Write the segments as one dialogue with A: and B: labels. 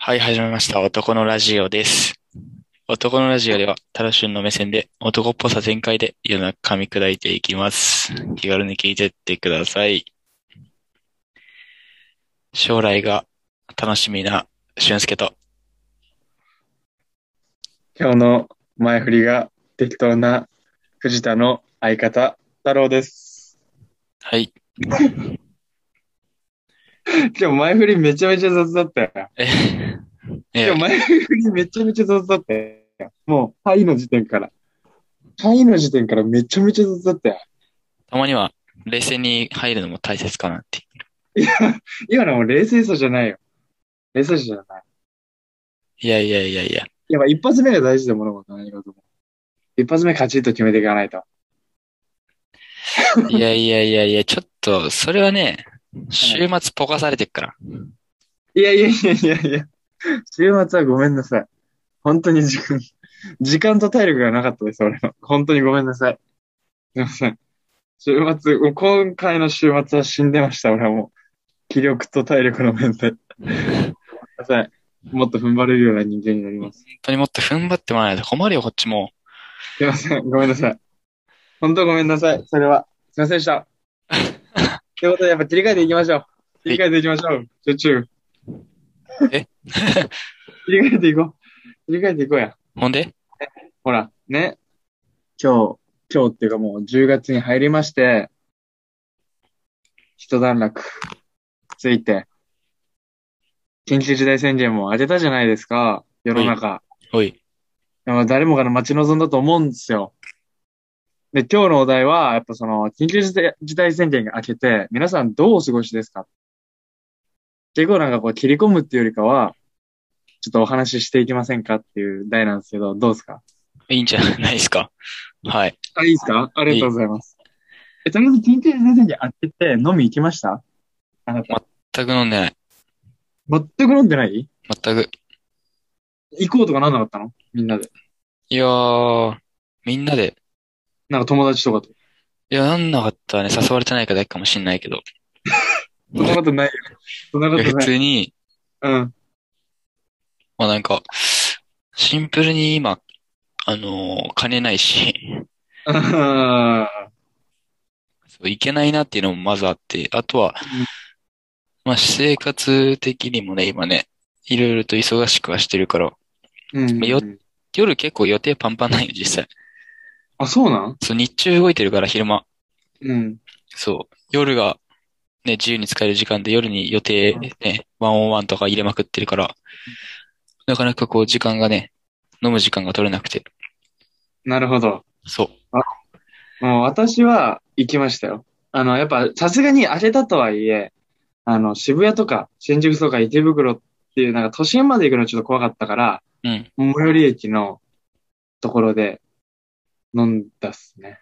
A: はい、始めました。男のラジオです。男のラジオでは、タラシュンの目線で男っぽさ全開で世の中噛み砕いていきます。気軽に聞いてってください。将来が楽しみな俊介と、
B: 今日の前振りが適当な藤田の相方、太郎です。
A: はい。
B: 今日前振りめちゃめちゃ雑だったよ。
A: え、え
B: 今日前振りめちゃめちゃ雑だったよ。もう、はいの時点から。はいの時点からめちゃめちゃ雑だったよ。
A: たまには冷静に入るのも大切かなって。
B: 今のはもう冷静さじゃないよ。冷静さじゃない。
A: いやいやいやいや。
B: やっぱ一発目が大事だものも何事も。一発目カチッと決めていかないと。
A: いやいやいやいや、ちょっと、それはね、週末ポカされてっから。
B: いやいやいやいやいや。週末はごめんなさい。本当に時間、時間と体力がなかったです、俺は。本当にごめんなさい。すいません。週末、もう今回の週末は死んでました、俺はもう。気力と体力の面で。ごめんなさい。もっと踏ん張れるような人間になります。
A: 本当にもっと踏ん張ってもらわないと困るよ、こっちも。
B: すいません。ごめんなさい。本当ごめんなさい。それは。すいませんでした。ということで、やっぱ切り替えていきましょう。切り替えていきましょう。ちょちゅう。
A: え
B: 切り替えていこう。切り替えていこうや。
A: ほんで
B: ほら、ね。今日、今日っていうかもう10月に入りまして、一段落ついて、緊急事態宣言も当てたじゃないですか、世の中。
A: おい。
B: いやまあ誰もが待ち望んだと思うんですよ。で、今日のお題は、やっぱその、緊急事態事態宣言が明けて、皆さんどうお過ごしですか結構なんかこう、切り込むっていうよりかは、ちょっとお話ししていきませんかっていう題なんですけど、どうですか
A: いいんじゃないですか。はい。
B: あ、いいですかありがとうございます。え、とりあえず緊急事態宣言明けて飲み行きましたあなた。
A: 全く飲んでない。
B: 全く飲んでない
A: 全く。
B: 行こうとかなんなかったのみんなで。
A: いやー、みんなで。
B: なんか友達とかと。
A: いや、なんなかったね。誘われてないからだけかもしんないけど。
B: そんなことないよ。そんないこ
A: や
B: と
A: 普
B: ない。
A: 通に、
B: うん。
A: まあなんか、シンプルに今、あのー金ないし、
B: あー
A: そう、いけないなっていうのもまずあって、あとは
B: うん、
A: まあ、私生活的にもね、今ね、いろいろと忙しくはしてるから、
B: うん
A: よ夜結構予定パンパンないよ、実際。
B: あ、そうなん
A: そう、日中動いてるから、昼間。
B: うん。
A: そう、夜が、ね、自由に使える時間で夜に予定、ね、ワンオンワンとか入れまくってるから、なかなかこう、時間がね、飲む時間が取れなくて。
B: なるほど。
A: そう。
B: もう私は行きましたよ。あの、やっぱさすがに明けたとはいえ、あの、渋谷とか新宿とか池袋っていうなんか都心まで行くのちょっと怖かったから、
A: うん。
B: 最寄り駅のところで飲んだっすね。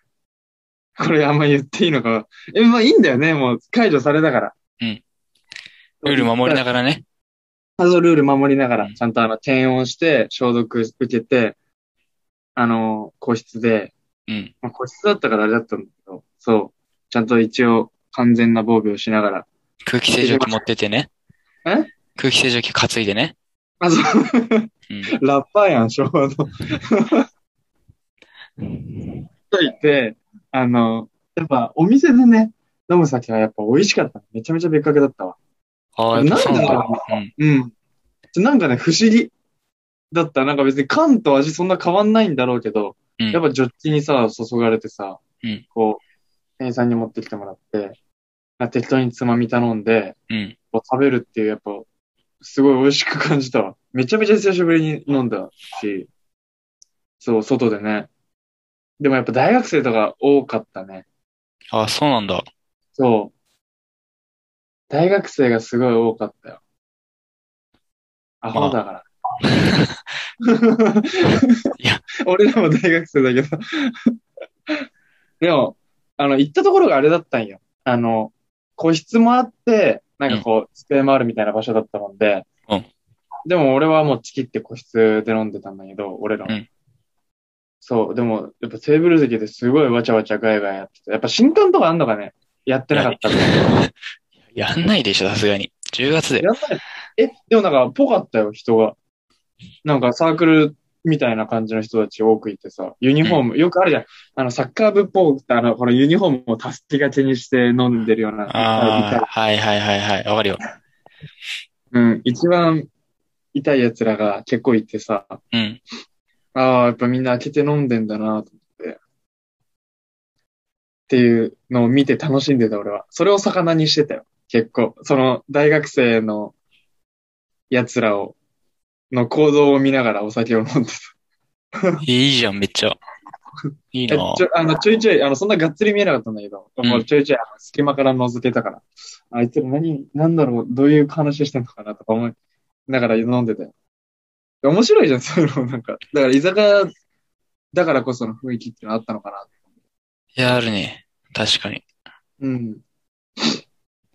B: これあんま言っていいのか。え、まあいいんだよね。もう解除されたから。
A: うん。ルール守りながらね。
B: まずルール守りなが
A: う
B: ら
A: ん、
B: ちゃんとあの、検温して、消毒受けて、あの、個室で、
A: うん。
B: まあ、個室だったからあれだったんだけど、そう。ちゃんと一応、完全な防備をしながら。
A: 空気清浄機持っててね。
B: え
A: 空気清浄機担いでね。
B: あ、そう。
A: うん。
B: ラッパーやん、昭和の。といて、あの、やっぱ、お店でね、飲む酒はやっぱ美味しかった。めちゃめちゃ別格だったわ。
A: ああ、やっぱそうなんだ。うん。
B: うん。ちょなんかね、不思議だった。なんか別に缶と味そんな変わんないんだろうけど、
A: うん
B: やっぱジョッキにさ、注がれてさ、
A: うん
B: こう、店員さんに持ってきてもらって、なんか適当につまみ頼んで、
A: うん。
B: こう食べるっていう、やっぱ、すごい美味しく感じたわ。めちゃめちゃ久しぶりに飲んだし、そう、外でね。でもやっぱ大学生とか多かったね。
A: ああ、そうなんだ。
B: そう。大学生がすごい多かったよ。アホだから。
A: いや。
B: 俺らも大学生だけど。でも、あの、行ったところがあれだったんよ。あの、個室もあって、なんかこう、机もあるみたいな場所だったもんで。
A: うん
B: でも俺はもうチキって個室で飲んでたんだけど、俺らは。
A: うん
B: そう、でも、やっぱテーブル席ですごいわちゃわちゃガヤガヤやってて、やっぱ新刊とかあんのかねやってなかったみたいな。
A: やんないでしょ、さすがに。10月で。
B: やっぱりえ、でもなんか、ぽかったよ、人が。なんか、サークルみたいな感じの人たち多くいてさ、ユニフォーム、よくあるじゃん。あの、サッカー部っぽくて、あの、このユニフォームをたすきが手にして飲んでるような。い
A: あ
B: た
A: あ、はいはいはいはい。わかるよ。
B: うん、一番痛い奴らが結構いてさ、あ
A: うん。
B: あ、やっぱみんな開けて飲んでんだなと思って。っていうのを見て楽しんでた、俺は。それを魚にしてたよ。結構。その、大学生の奴らを、の行動を見ながらお酒を飲んでた。
A: いいじゃん、めっちゃ。いい
B: え
A: な
B: ちょあのちょいちょい、あの、そんながっつり見えなかったんだけど、
A: うん
B: もうちょいちょいあの隙間から覗けたから、あいつら何、なんだろう、どういう話してんのかなとか思いながら飲んでたよ。面白いじゃん、そういうの、なんか。だから居酒屋だからこその雰囲気っていうのあったのかな。
A: いや、あるね。確かに。
B: うん。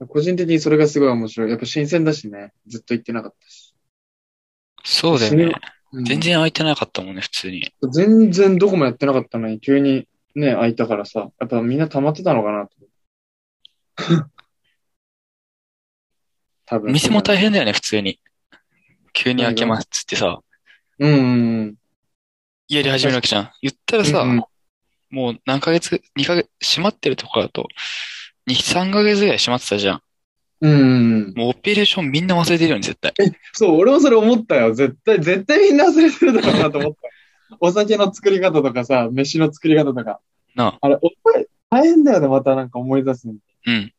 B: 個人的にそれがすごい面白い。やっぱ新鮮だしね。ずっと行ってなかったし。
A: そうだよね。
B: うん
A: 全然空いてなかったもんね、普通に。
B: 全然どこもやってなかったのに、急にね、空いたからさ、やっぱみんな溜まってたのかなと。 多分。
A: 店も大変だよね、普通に。急に開けますっつってさ、
B: うんうんうん。
A: やり始めるわけじゃん。言ったらさ、
B: うんうん
A: もう何ヶ月、2ヶ月、閉まってるとこだと、2、3ヶ月ぐらい閉まってたじゃん。
B: うんうんうん。
A: もうオペレーションみんな忘れてるよね、絶対。
B: そう、俺もそれ思ったよ。絶対、絶対みんな忘れてるだろうなと 思った。お酒の作り方とかさ、飯の作り方とか。
A: な
B: あれ、お前、大変だよね、またなんか思い出すの
A: あ。うん。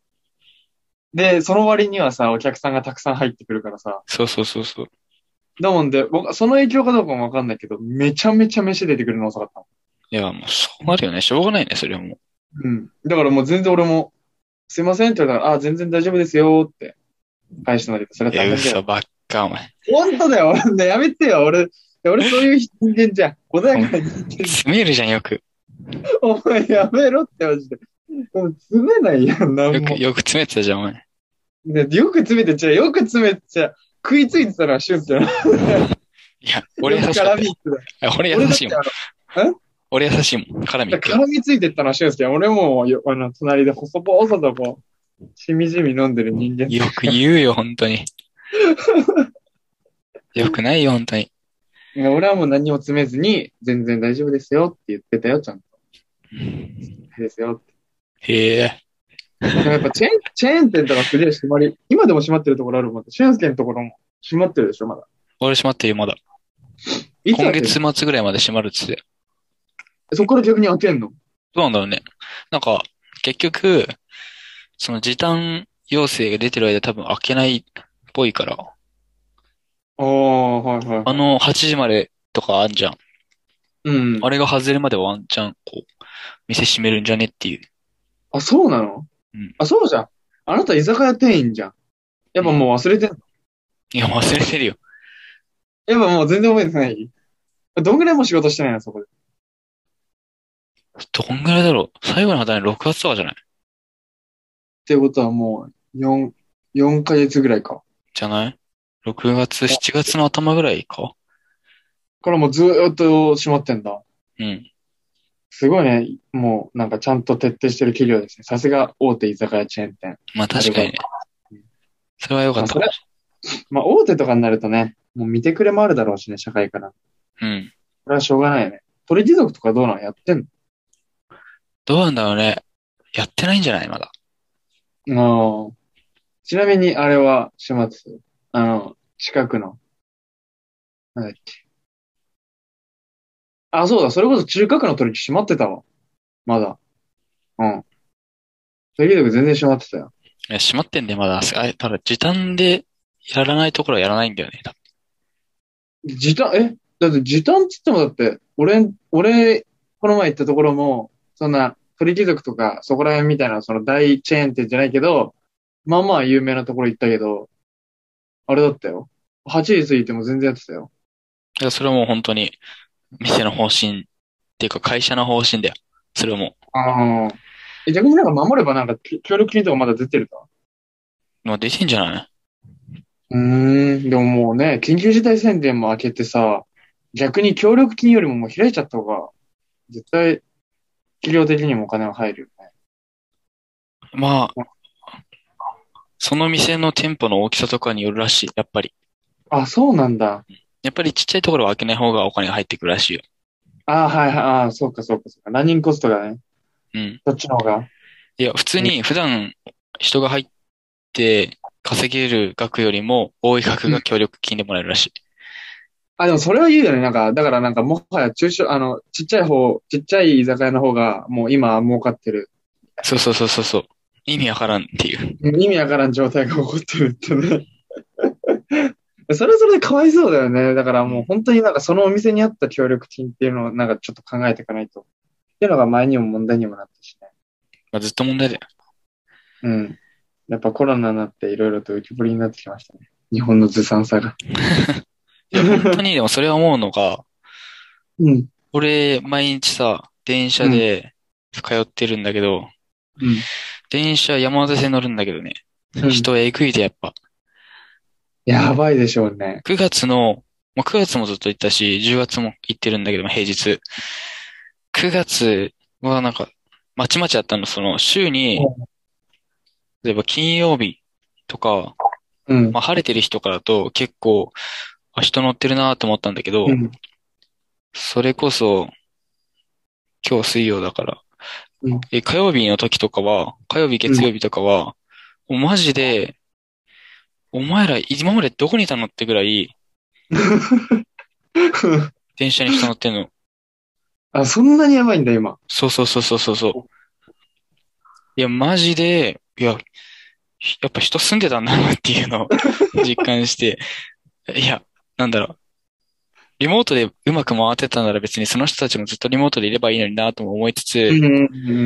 B: で、その割にはさ、お客さんがたくさん入ってくるからさ。
A: そうそうそうそう。
B: だもんで、僕、その影響かどうかもわかんないけど、めちゃめちゃ飯出てくるの遅かった。
A: いや、もうそうなるよね。しょうがないね、それはもう。
B: うん。だからもう全然俺も、すいませんって言われたら、あ、全然大丈夫ですよって返してもらって、それ
A: い
B: は
A: や、
B: 大変だ
A: 嘘
B: よ。
A: ばっか、お前。
B: 本当だよ、 俺ね、やめてよ、俺。いや俺そういう人間じゃん。穏やかな人間じ
A: 詰めるじゃん、よく。
B: ゃん。お前やめろってマジで。もう詰めないやん、なん
A: よ
B: も
A: く、。よく詰めてたじゃん、お前。
B: ねよく詰めてちゃう、よく詰めてちゃう、食いついてたのはシュンってな。
A: いや、俺優しか
B: 絡
A: っ
B: みついて
A: たよ。俺優
B: た。俺だっ
A: しい
B: て
A: もん。俺優しいもん。絡み
B: あの、
A: 行くよ。
B: 絡みついてったのはシュンですけど、俺もよ、あの、隣で細々とこう、しみじみ飲んでる人間。
A: よく言うよ、本当 に。よくないよ、本当に。
B: いや俺はもう何も詰めずに、全然大丈夫ですよって言ってたよ、ちゃんと。ですよって。
A: へえ。
B: でもやっぱチェーン、 チェーン店とかすげえ閉まり、今でも閉まってるところあるもん。俊介のところも閉まってるでしょ、まだ。
A: 俺閉まってるよ、まだ。
B: い
A: 今
B: つ開ける
A: 月末ぐらいまで閉まるっつって。
B: そこから逆に開けんの
A: どうなんだろうね。なんか、結局、その時短要請が出てる間多分開けないっぽいから。
B: ああ、はいはい。
A: あの、8時までとかあんじゃん。
B: うん。
A: あれが外れるまではワンチャン、こう、店閉めるんじゃねっていう。
B: あ、そうなの
A: うん
B: あ、そうじゃん。あなた居酒屋店員じゃん。やっぱもう忘れてんの
A: いや、忘れてるよ。
B: やっぱもう全然覚えてないどんぐらいもう仕事してないの、そこで。
A: どんぐらいだろう。最後の働い6月とかじゃない
B: っていうことはもう、4、4ヶ月ぐらいか。
A: じゃない ?6 月、7月の頭ぐらいか
B: からもうずーっと閉まってんだ。
A: うん。
B: すごいね。もう、なんかちゃんと徹底してる企業ですね。さすが大手居酒屋チェーン店。
A: まあ確かにね
B: うん。
A: それは良かったかもし
B: まあ、大手とかになるとね、もう見てくれもあるだろうしね、社会から。こ
A: れない。うん。
B: れはしょうがないよね。鳥貴族とかどうなんやってん
A: どうなんだろうね。やってないんじゃないまだ。
B: のああ。ちなみに、あれは、始末。あの、近くの。なんだっけ。あ、そうだ、それこそ中核の鳥貴閉まってたわ。まだ。うん。鳥貴族全然閉まってたよ。
A: いや、閉まってんで、まだ。あれ、ただ時短でやらないところはやらないんだよね。多分
B: 時短、えだって時短っつってもだって、俺、俺、この前行ったところも、そんな、鳥貴族とか、そこら辺みたいな、その大チェーン店じゃないけど、まあまあ有名なところ行ったけど、あれだったよ。8時過ぎても全然やってたよ。
A: だからそれはもう本当に、店の方針、っていうか会社の方針だよ。それはも
B: ああ。え、逆になんか守ればなんか、き協力金とかまだ出てるか
A: う、まあ出てんじゃないう
B: ーん、でももうね、緊急事態宣言も明けてさ、逆に協力金よりももう開いちゃった方が絶対、企業的にもお金は入るよね。
A: まあ、その店の店舗の大きさとかによるらしい、やっぱり。
B: あ、そうなんだ。
A: やっぱりちっちゃいところは開けない方がお金が入ってくるらしいよ。
B: あはいはい、あそうかそうかそうか。ランニングコストがね、
A: うん。
B: そっちの方が。
A: いや、普通に普段人が入って稼げる額よりも多い額が協力金でもらえるらしい。
B: あ、でもそれはいいよね。なんか、だからなんかもはや中小、あの、ちっちゃい方、ちっちゃい居酒屋の方が、もう今儲かってる。
A: そうそうそうそうそう。意味わからんっていう。
B: 意味わからん状態が起こってるってね。 それはそれでかわいそうだよね。だからもう本当になんかそのお店にあった協力金っていうのをなんかちょっと考えていかないと。っていうのが前にも問題にもなったしね。
A: まあ、ずっと問題だよ。
B: うん。やっぱコロナになっていろいろと浮き彫りになってきましたね。日本のずさんさが。
A: いや、 本当にでもそれは思うのが、
B: うん。
A: 俺、毎日さ、電車で通ってるんだけど、
B: うん。
A: 電車山手線乗るんだけどね。
B: うん
A: 人えぐいでやっぱ。
B: やばいでしょうね。
A: 9月の、まあ、9月もずっと行ったし、10月も行ってるんだけども、平日。9月はなんか、まちまちだったの、その、週に
B: う、
A: 例えば金曜日とか、
B: うん。
A: まあ、晴れてる日とかだと結構、あ、人乗ってるなと思ったんだけど
B: う、ん。
A: それこそ、今日水曜だから
B: うん。
A: え、火曜日の時とかは、火曜日、月曜日とかは、もうマジで、お前ら今までどこにいたのってぐらい、電車に人乗ってんの。
B: あ、そんなにやばいんだ、今。
A: そうそうそうそうそうそう。いや、マジで、いや、ひやっぱ人住んでたんだなっていうのを 実感して、いや、なんだろう。リモートでうまく回ってたなら別にその人たちもずっとリモートでいればいいのになとも思いつ
B: う
A: つ、
B: ん。う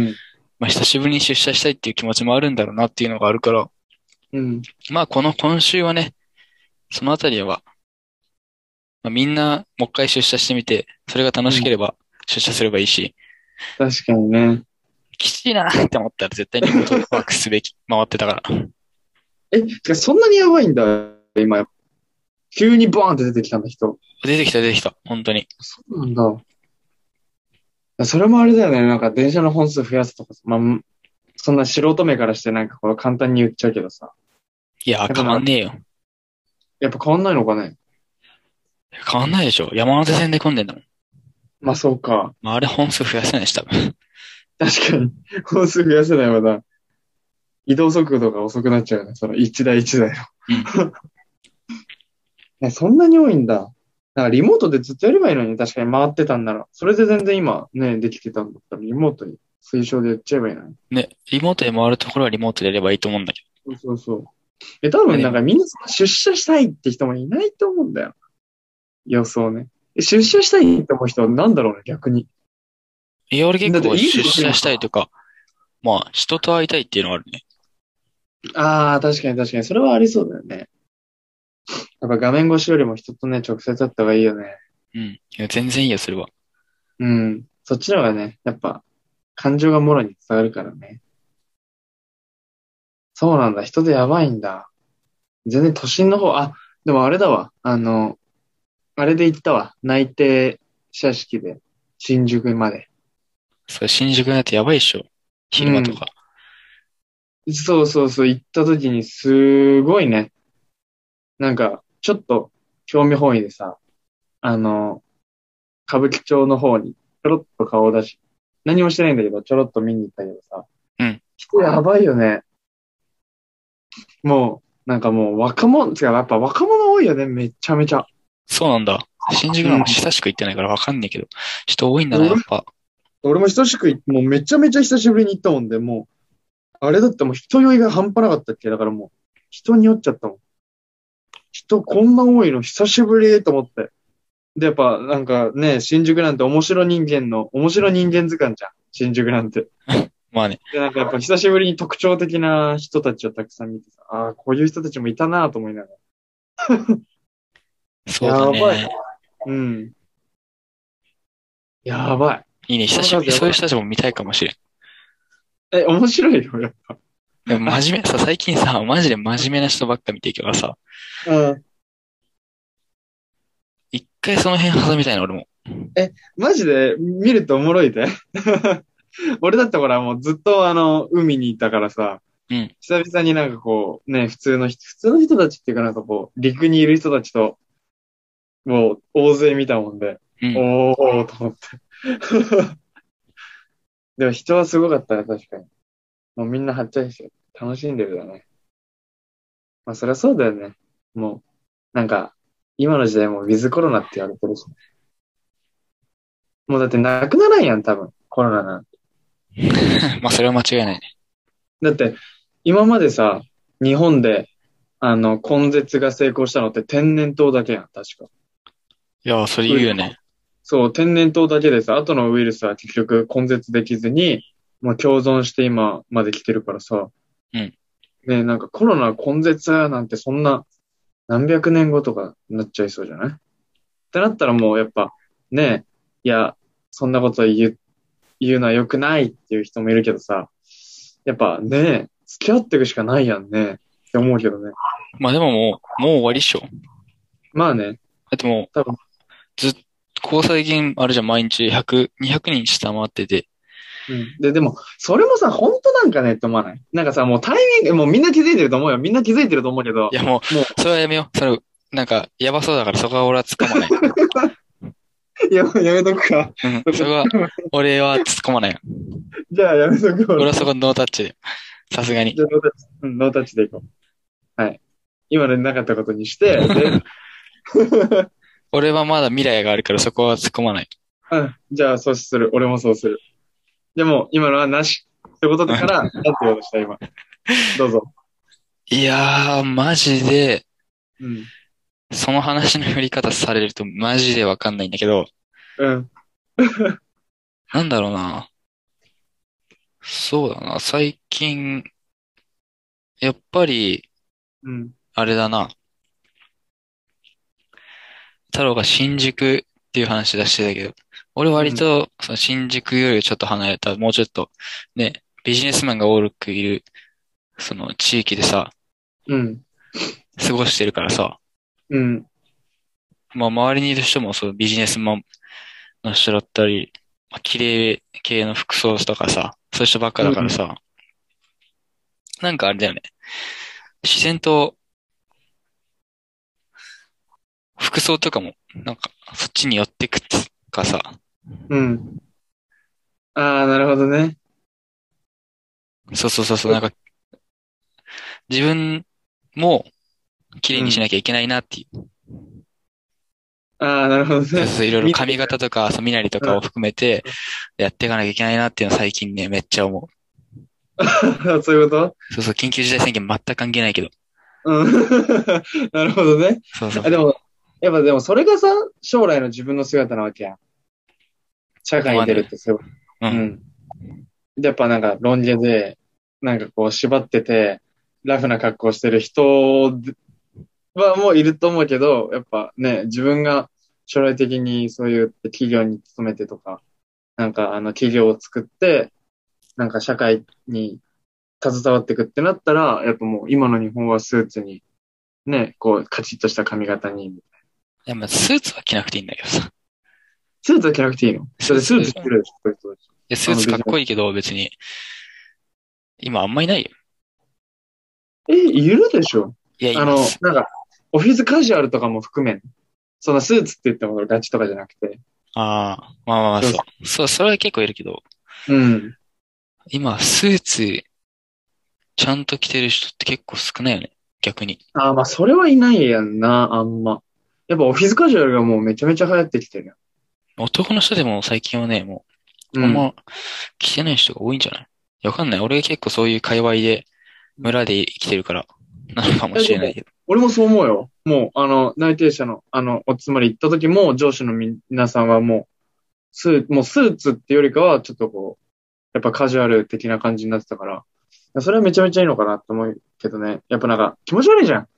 B: ん。
A: まあ久しぶりに出社したいっていう気持ちもあるんだろうなっていうのがあるから、
B: うん。
A: まあこの今週はね、そのあたりは、まあ、みんなもう一回出社してみて、それが楽しければ出社すればいいし、
B: 確かにね。
A: きちいなって思ったら絶対にリモートワークすべき、回ってたから。
B: え、てかそんなにやばいんだ、今。急にバーンって出てきたんだ、人。
A: 出てきた出てきた、本当に。
B: そうなんだ。それもあれだよね。なんか電車の本数増やすとかさ、まあ、んそんな素人目からしてなんかこれ簡単に言っちゃうけどさ。
A: いや、
B: だから
A: 変わんねえよ。
B: やっぱ変わんないのかね。
A: 変わんないでしょ。山手線で混んでんだもん。
B: まあそうか。
A: まああれ本数増やせないし、多分。
B: 確かに。本数増やせないわな。移動速度が遅くなっちゃうよね。その一台一台の。ね、そんなに多いんだ。だからリモートでずっとやればいいのに、確かに回ってたんなら。それで全然今ね、できてたんだったら、リモートに推奨でやっちゃえばいいのに。
A: ね、リモートで回るところはリモートでやればいいと思うんだけど。
B: そうそうそう。え、多分なんかみんなそんな出社したいって人もいないと思うんだよ。予想ね。え出社したいって思う人はなんだろうね、逆に。
A: いや、俺結
B: だって
A: 構
B: いいこと
A: 出
B: じゃん
A: 社したいとか、まあ人と会いたいっていうのはあるね。
B: ああ、確かに確かに。それはありそうだよね。やっぱ画面越しよりも人とね、直接会った方がいいよね。
A: うん。いや、全然いいよ、それは。
B: うん。そっちの方がね、やっぱ、感情がもろに伝わるからね。そうなんだ。人でやばいんだ。全然都心の方、あ、でもあれだわ。あの、あれで行ったわ。内定者式で、新宿まで。
A: それ新宿なんてやばいっしょ。昼間とか。
B: そうそうそう、行った時にすごいね。なんか、ちょっと興味本位でさ、あの、歌舞伎町の方にちょろっと顔を出し、何もしてないんだけど、ちょろっと見に行ったけどさ。
A: うん。
B: 人やばいよね。もう、なんかもう若者、つうかやっぱ若者多いよね、めちゃめちゃ。
A: そうなんだ。新宿な
B: う
A: の
B: ん
A: 久しく行ってないからわかんねえけど。人多いんだな、やっぱ。
B: 俺も久しく行って、もうめちゃめちゃ久しぶりに行ったもんで、もう、あれだってもう人酔いが半端なかったっけだからもう、人に酔っちゃったもん。人こんな多いの久しぶりと思って。で、やっぱなんかね、新宿なんて面白人間の、面白人間図鑑じゃん。新宿なんて。
A: まあね。
B: で、なんかやっぱ久しぶりに特徴的な人たちをたくさん見てさ、ああ、こういう人たちもいたなと思いながら。
A: そうだね。
B: やばいうん。やばい。
A: いいね、久しぶり。
B: そ
A: そう
B: の数やばい
A: いう人たちも見たいかもしれん。
B: え、面白いよ、やっぱ。
A: でも真面 目、さ、最近さ、マジで真面目な人ばっか見てるからさ、
B: うん。
A: 一回その辺挟みたいな、俺も。うん。
B: マジで見るとおもろいで。 俺だってほらもうずっとあの、海にいたからさ、
A: うん
B: 久々になんかこう、ね、普通の人、普通の人たちっていうかなんかこう、陸にいる人たちと、もう大勢見たもんで、
A: うん。
B: おーと思って。 でも人はすごかったね、確かに。もうみんなはっちゃいして、楽しんでるだね。まあそりゃそうだよね。もう、なんか、今の時代もうウィズコロナって言われてるし。もうだってなくならんやん、多分。コロナなんて。
A: まあ、それは間違いないね。
B: だって、今までさ、日本で、あの、根絶が成功したのって天然痘だけやん、確か。
A: いや、それ言うよね。
B: そう、天然痘だけでさ、後のウイルスは結局根絶できずに、まあ共存して今まで来てるからさ。
A: うん。
B: ねえなんかコロナ根絶なんてそんな、何百年後とかなっちゃいそうじゃないってなったらもうやっぱ、ねえ、いや、そんなこと言う、言うのは良くないっていう人もいるけどさ、やっぱねえ、付き合っていくしかないやんね、って思うけどね。
A: まあ、でももう、もう終わりっしょ。だ
B: まあね、
A: ってもう
B: 多分、
A: ずっと、交際限あるじゃん、毎日100、200人下回ってて。
B: うんで、でも、それもさ、本当なんかねって思わないなんかさ、もうタイミング、もうみんな気づいてると思うよ。みんな気づいてると思うけど
A: い、や、も
B: も
A: う、それはやめよう。それ、なんか、やばそうだから、そこは俺は突っ込 まない。
B: いや、もうやめとくか。
A: うん。それは、俺は突っ込まない よ。
B: じゃあやめとくわ。
A: 俺はそこノータッチで。さすがに。
B: じゃあノータッチ、うん、ノータッチでいこう。はい。今のなかったことにして、 で
A: 俺はまだ未来があるから、そこは突っ込まない。
B: うん、じゃあそうする。俺もそうする。でも、今のはなし。ってこと だから、なんて言おうとした、今。どうぞ。
A: いやー、マジで、
B: うん。
A: その話の振り方されるとマジでわかんないんだけど、
B: うん。
A: なんだろうな。そうだな。最近、やっぱり、
B: うん。
A: あれだな。太郎が新宿っていう話出してたけど、俺割と、その新宿よりちょっと離れた、もうちょっと、ね、ビジネスマンが多くいる、その地域でさ、
B: うん。
A: 過ごしてるからさ、
B: うん。
A: まあ、周りにいる人もそう、ビジネスマンの人だったり、まあ、綺麗系の服装とかさ、そういう人ばっかだからさ、なんかあれだよね。自然と、服装とかも、なんか、そっちに寄ってくっていうかさ、
B: うん。ああ、なるほどね。
A: そうそうそうそう、なんか、自分も綺麗にしなきゃいけないなっていう、
B: ああ、なるほど
A: そう
B: ね。
A: そういろいろ髪型とか、そう、身なりとかを含めて、やっていかなきゃいけないなっていうのを最近ね、めっちゃ思う。
B: そういうこと
A: そうそう、緊急事態宣言全く関係ないけど。
B: うん。 なるほどね。
A: そうそう
B: あ、。でも、やっぱでもそれがさ、将来の自分の姿なわけやん。社会に出るってそういうこと。
A: まあね
B: うん。で、やっぱなんか、ロン毛で、なんかこう、縛ってて、ラフな格好してる人はもういると思うけど、やっぱね、自分が将来的にそういう企業に勤めてとか、なんかあの企業を作って、なんか社会に携わっていくってなったら、やっぱもう今の日本はスーツに、ね、こう、カチッとした髪型に、
A: いや、まあ、スーツは着なくていいんだけどさ。い
B: スーツは着なくていいのそれスーツ着てるでしょ、そういう人
A: や、スーツかっこいいけど、別に、今あんまいないよ。
B: え、いるでしょ
A: いや、い
B: あ
A: ま
B: の
A: す。、
B: なんか、オフィスカジュアルとかも含めん、そのスーツって言ったものガチとかじゃなくて。
A: ああ、まあまあまあ、
B: そう
A: そう。そう、それは結構いるけど、
B: うん。
A: 今、スーツ、ちゃんと着てる人って結構少ないよね。逆に。
B: ああ、まあ、それはいないやんな、あんま。やっぱオフィスカジュアルがもうめちゃめちゃ流行ってきてる
A: 男の人でも最近はね、もう、あ
B: やん。うんん。
A: ま着てない人が多いんじゃないわかんない。俺結構そういう界隈で、村で生きてるから、なのかもしれないけど。
B: 俺もそう思うよ。もう、あの、内定者の、あの、おつまり行った時も、上司の皆さんはもう、スーツ、もうスーツってよりかは、ちょっとこう、やっぱカジュアル的な感じになってたから、それはめちゃめちゃいいのかなと思うけどね。やっぱなんか、気持ち悪いじゃん。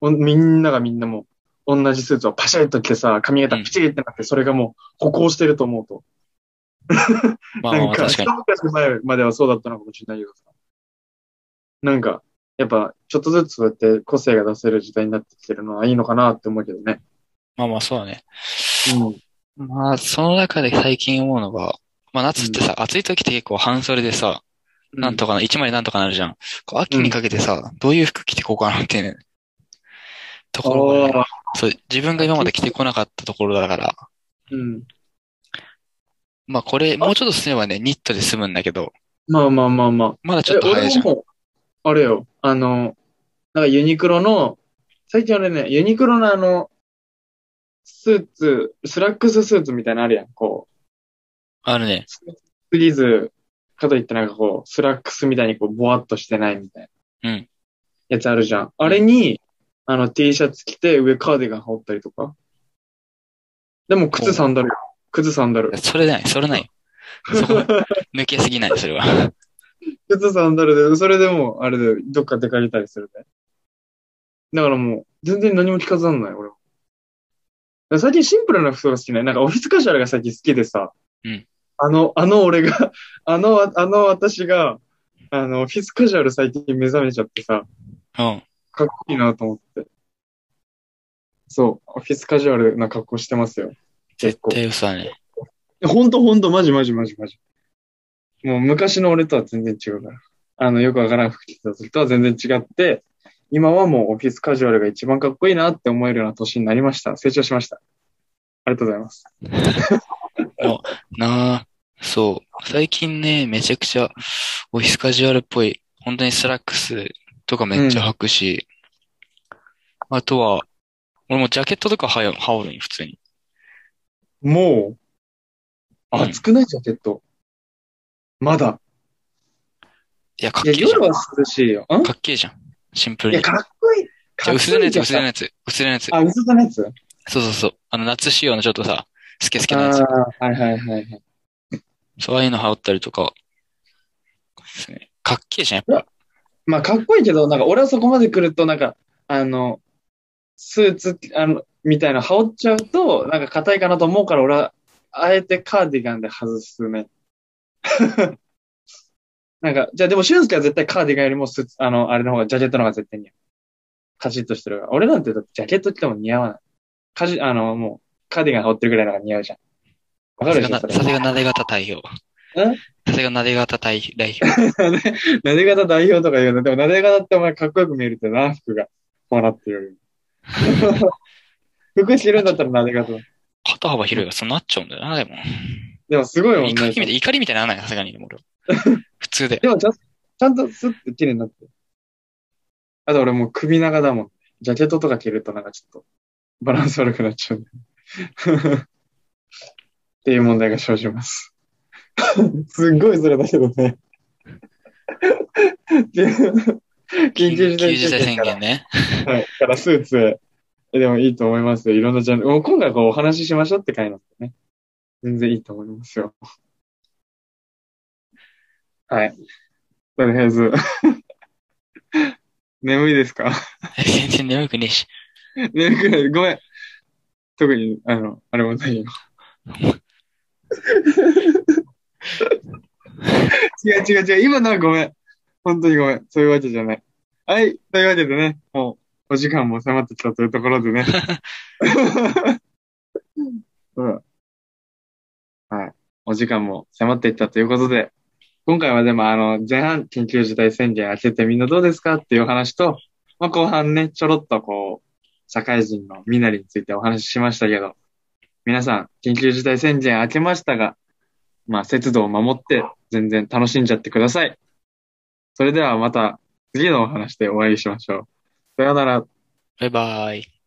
B: おみんながみんなもう、同じスーツをパシャリと着てさ、髪型
A: うん
B: ピチリってなって、それがもう、歩行してると思うと。
A: まあまあ
B: な
A: ま
B: ん
A: あ、
B: か、
A: 確か
B: 一
A: に。
B: 昔前まではそうだったのかもしれないけどさ。なんか、やっぱ、ちょっとずつそうやって個性が出せる時代になってきてるのはいいのかなって思うけどね。
A: まあまあ、そうだね。
B: うん。
A: まあ、その中で最近思うのが、まあ夏ってさ、暑い時って結構半袖でさ、なんとかな、一枚でなんとかなるじゃん。こう秋にかけてさ、どういう服着てこうかなっていうね、ところがね
B: おー
A: そう、自分が今まで着てこなかったところだから、
B: うん。
A: まあこれ、もうちょっと進めばね、ニットで済むんだけど、
B: まあまあまあまあ。
A: まだちょっと
B: え
A: 早いじゃん。
B: 俺ももうあれよ、あの、なんかユニクロの、最近俺ね、ユニクロのあの、スーツ、スラックススーツみたいなのあるやん。こう、
A: あるね。
B: すぎず、かといってなんかこう、スラックスみたいにこう、ぼわっとしてないみたいな。
A: うん。
B: やつあるじゃん。あれに、あの T シャツ着て、上カーディガン羽織ったりとか。でも靴サンダルよ。靴サンダル。
A: それない、それない。そ こ、抜けすぎない、それは。
B: 靴サンダルで、それでもう、あれで、どっか出かけたりするね。だからもう、全然何も着飾んない、俺は。だから最近シンプルな服装が好きね。なんかオフィスカジュアルが最近好きでさ、
A: うん
B: あの、あの俺が、 あの、あの私が、あの、オフィスカジュアル最近目覚めちゃってさ、
A: うん。
B: かっこいいなと思って。そう、オフィスカジュアルな格好してますよ。
A: 絶
B: 結構。
A: 対嘘だね。
B: ほんとほんと、マジマジマジマジ。もう昔の俺とは全然違うから。あの、よくわからん服着てた時とは全然違って、今はもうオフィスカジュアルが一番かっこいいなって思えるような年になりました。成長しました。ありがとうございます。
A: なあ、そう。最近ね、めちゃくちゃオフィスカジュアルっぽい。本当にスラックスとかめっちゃ履くし。あとは、俺もジャケットとかはよ羽織るに普通に。
B: もう、
A: うん
B: 暑くないジャケット。まだ。
A: いや、かっ
B: いや、
A: けえじゃん。
B: 夜は涼しいよ。ん
A: かっけえじゃん。シンプ
B: い
A: ル
B: や、
A: に。じ
B: かっこいい。
A: ゃあ
B: かっ
A: 薄手
B: こ
A: の
B: い
A: や
B: い
A: つ、
B: じ
A: 薄手
B: ゃん
A: のやつ、薄手のやつ。
B: あ、薄手のやつ
A: そうそうそう。あの、夏仕様のちょっとさ、スケスケ
B: あ
A: のやつ。
B: あ、はいはいはいはい。
A: そう、ああいうの羽織ったりとか。ですね。かっけえじゃん、やっぱ。
B: まあ、かっこいいけど、なんか、俺はそこまで来ると、なんか、あの、スーツ、あの、みたいな羽織っちゃうと、なんか硬いかなと思うから、俺は、あえてカーディガンで外すね。 なんか、じゃあでも、俊介は絶対カーディガンよりもスーツ、あの、あれの方が、ジャケットの方が絶対似合う。カチッとしてるから。俺なんて、だってジャケット着ても似合わない。カジ、あの、もう、カーディガン羽織ってるぐらいの方が似合うじゃん。わかるでしょ、
A: さす
B: そ
A: がな、
B: れ
A: さ。すがなで型代表。
B: ん
A: さすがなで型代代表。
B: なで方代表とか言うの。でも、なで方ってお前かっこよく見えるってな、服が。もらって るより。服着るんだったらなで方。
A: 肩幅広いがそうなっちゃうんだよな、でも。
B: でも、すごいもん
A: 怒
B: ね。
A: りみたい、怒りみたいにならない、さすがに、で も俺は。普通で。
B: でもちゃん、ちゃんとスッて綺麗になってる。あと俺もう首長だもん。ジャケットとか着るとなんかちょっとバランス悪くなっちゃうんだよね っていう問題が生じ ます。すっごいそれだけど ね。っていう緊急事態
A: 事態宣
B: から
A: 言ね。
B: はい。だからスーツ、えでもいいと思いますよ。いろんなジャンル。もう今回こうお話ししましょうって回なんでね。全然いいと思いますよ。はい。とりあえず。 眠いですか
A: 全然眠くねえし。
B: 眠くない。 ごめん。特に、あの、あれもないよ。違う違う違う。今のはごめん。本当にごめん。そういうわけじゃない。はい。というわけでね、もう、お時間も迫ってきたというところでね。 うん。はい。お時間も迫ってきたということで、今回はでもあの、前半緊急事態宣言明けてみんなどうですかっていうお話と、まあ後半ね、ちょろっとこう、社会人の身なりについてお話ししましたけど、皆さん、緊急事態宣言明けましたが、まあ、節度を守って、全然楽しんじゃってください。それではまた次のお話でお会いしましょう。さようなら。
A: バイバイ。